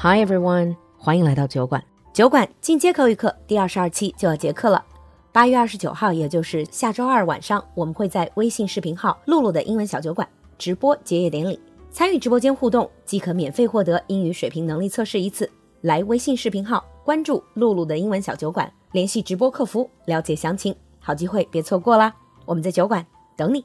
Hi everyone，欢迎来到酒馆。酒馆进阶口语课第二十二期就要结课了。八月二十九号，也就是下周二晚上，我们会在微信视频号“露露的英文小酒馆”直播结业典礼。参与直播间互动即可免费获得英语水平能力测试一次。来微信视频号关注“露露的英文小酒馆”，联系直播客服了解详情。好机会别错过啦！我们在酒馆等你。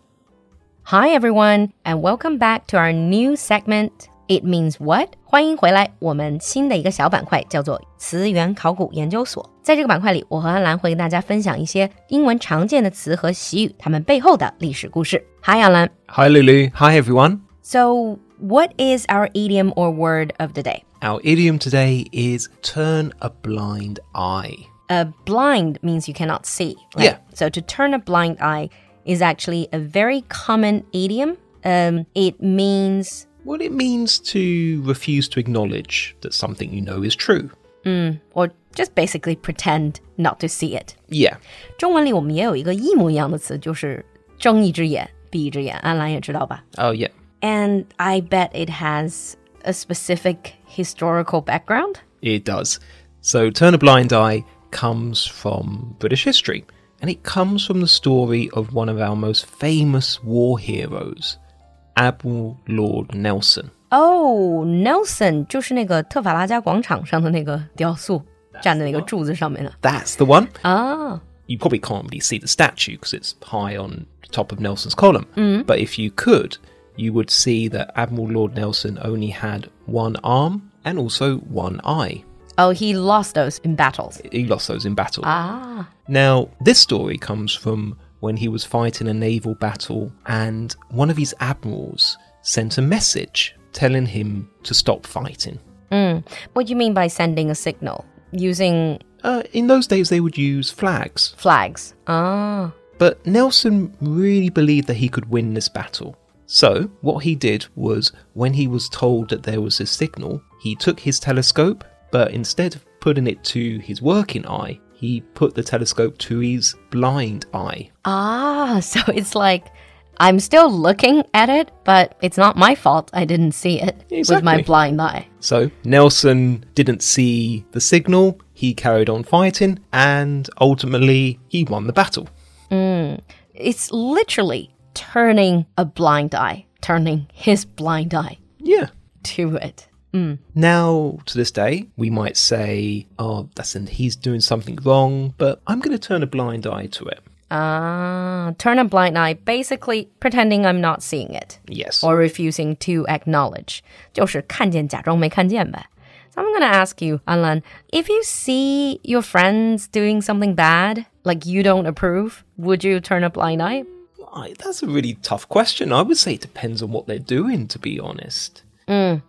Hi everyone, and welcome back to our new segment. It means what? 欢迎回来，我们新的一个小板块叫做词源考古研究所。在这个板块里，我和安澜会跟大家分享一些英文常见的词和习语，它们背后的历史故事。Hi 安澜 Hi, Lulu. Hi, everyone. ，So what is our idiom or word of the day? Our idiom today is turn a blind eye. A blind means you cannot see. Yeah. So to turn a blind eye is actually a very common idiom. Um, it means What it means to refuse to acknowledge that something you know is true. or just basically pretend not to see it. Yeah. 中文里我们也有一个一模一样的词，就是睁一只眼闭一只眼，安澜也知道吧 Oh, yeah. ？And I bet it has a specific historical background. It does. So, turn a blind eye comes from British history, and it comes from the story of one of our most famous war heroes, Admiral Lord Nelson. Oh, Nelson 就是那个特法拉加广场上的那个雕塑，站在那个柱子上面的 That's the one. 啊。 you probably can't really see the statue because it's high on the top of Nelson's column. But if you could, you would see that Admiral Lord Nelson only had one arm and also one eye. Oh, he lost those in battles. He lost those in battle. Ah. Now, this story comes from when he was fighting a naval battle, and one of his admirals sent a message telling him to stop fighting. What do you mean by sending a signal? Using Uh, in those days, they would use flags. flags. Ah. But Nelson really believed that he could win this battle. So, what he did was when he was told that there was a signal, he took his telescope, but instead of putting it to his working eye, he put the telescope to his blind eye. Ah, so it's like I'm still looking at it, but it's not my fault I didn't see it with my Exactly. blind eye. So, Nelson didn't see the signal, he carried on fighting, and ultimately, he won the battle. It's literally turning a blind eye, turning his blind eye Yeah. to it. Now, to this day, we might say, oh, that's and he's doing something wrong, but I'm going to turn a blind eye to it. Ah, turn a blind eye, basically pretending I'm not seeing it. Yes. or refusing to acknowledge. 就是看见假装没看见呗。So I'm gonna ask you, Anlan, if you see your friends doing something bad, like you don't approve, would you turn a blind eye? I, that's a really tough question. I would say it depends on what they're doing, to be honest.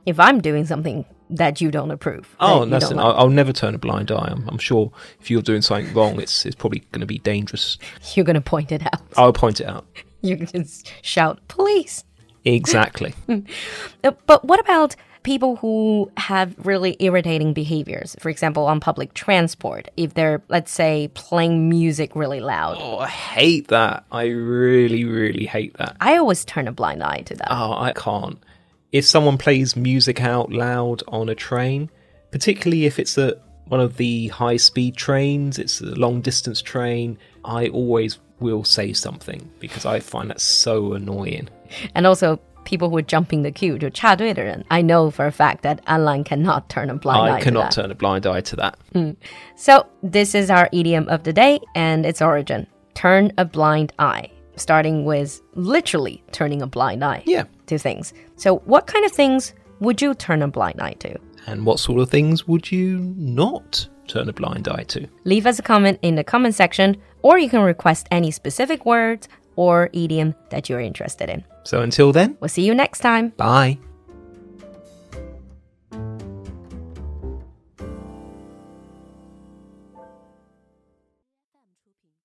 If I'm doing something that you don't approve. Oh, that you listen, don't I'll, I'll never turn a blind eye. I'm, I'm sure if you're doing something wrong, it's, it's probably going to be dangerous. like, you're gonna point it out. I'll point it out. You can just shout, police. Exactly. Uh, But what about people who have really irritating behaviors? For example, on public transport, if they're, let's say, playing music really loud. oh, I hate that. I really, really hate that. I always turn a blind eye to that. Oh, I can't. If someone plays music out loud on a train, particularly if it's a one of the high speed trains, it's a long distance train, I always will say something because I find that so annoying. And also, people who are jumping the queue, 就插队的人, I know for a fact that Anlan cannot turn a blind I eye cannot to that. turn a blind eye to that. So, this is our idiom of the day and its origin. Turn a blind eye, starting with literally turning a blind eye Yeah. to things. So, what kind of things would you turn a blind eye to? And what sort of things would you not turn a blind eye to? Leave us a comment in the comment section, or you can request any specific words or idiom that you're interested in. So until then, We'll see you next time. bye.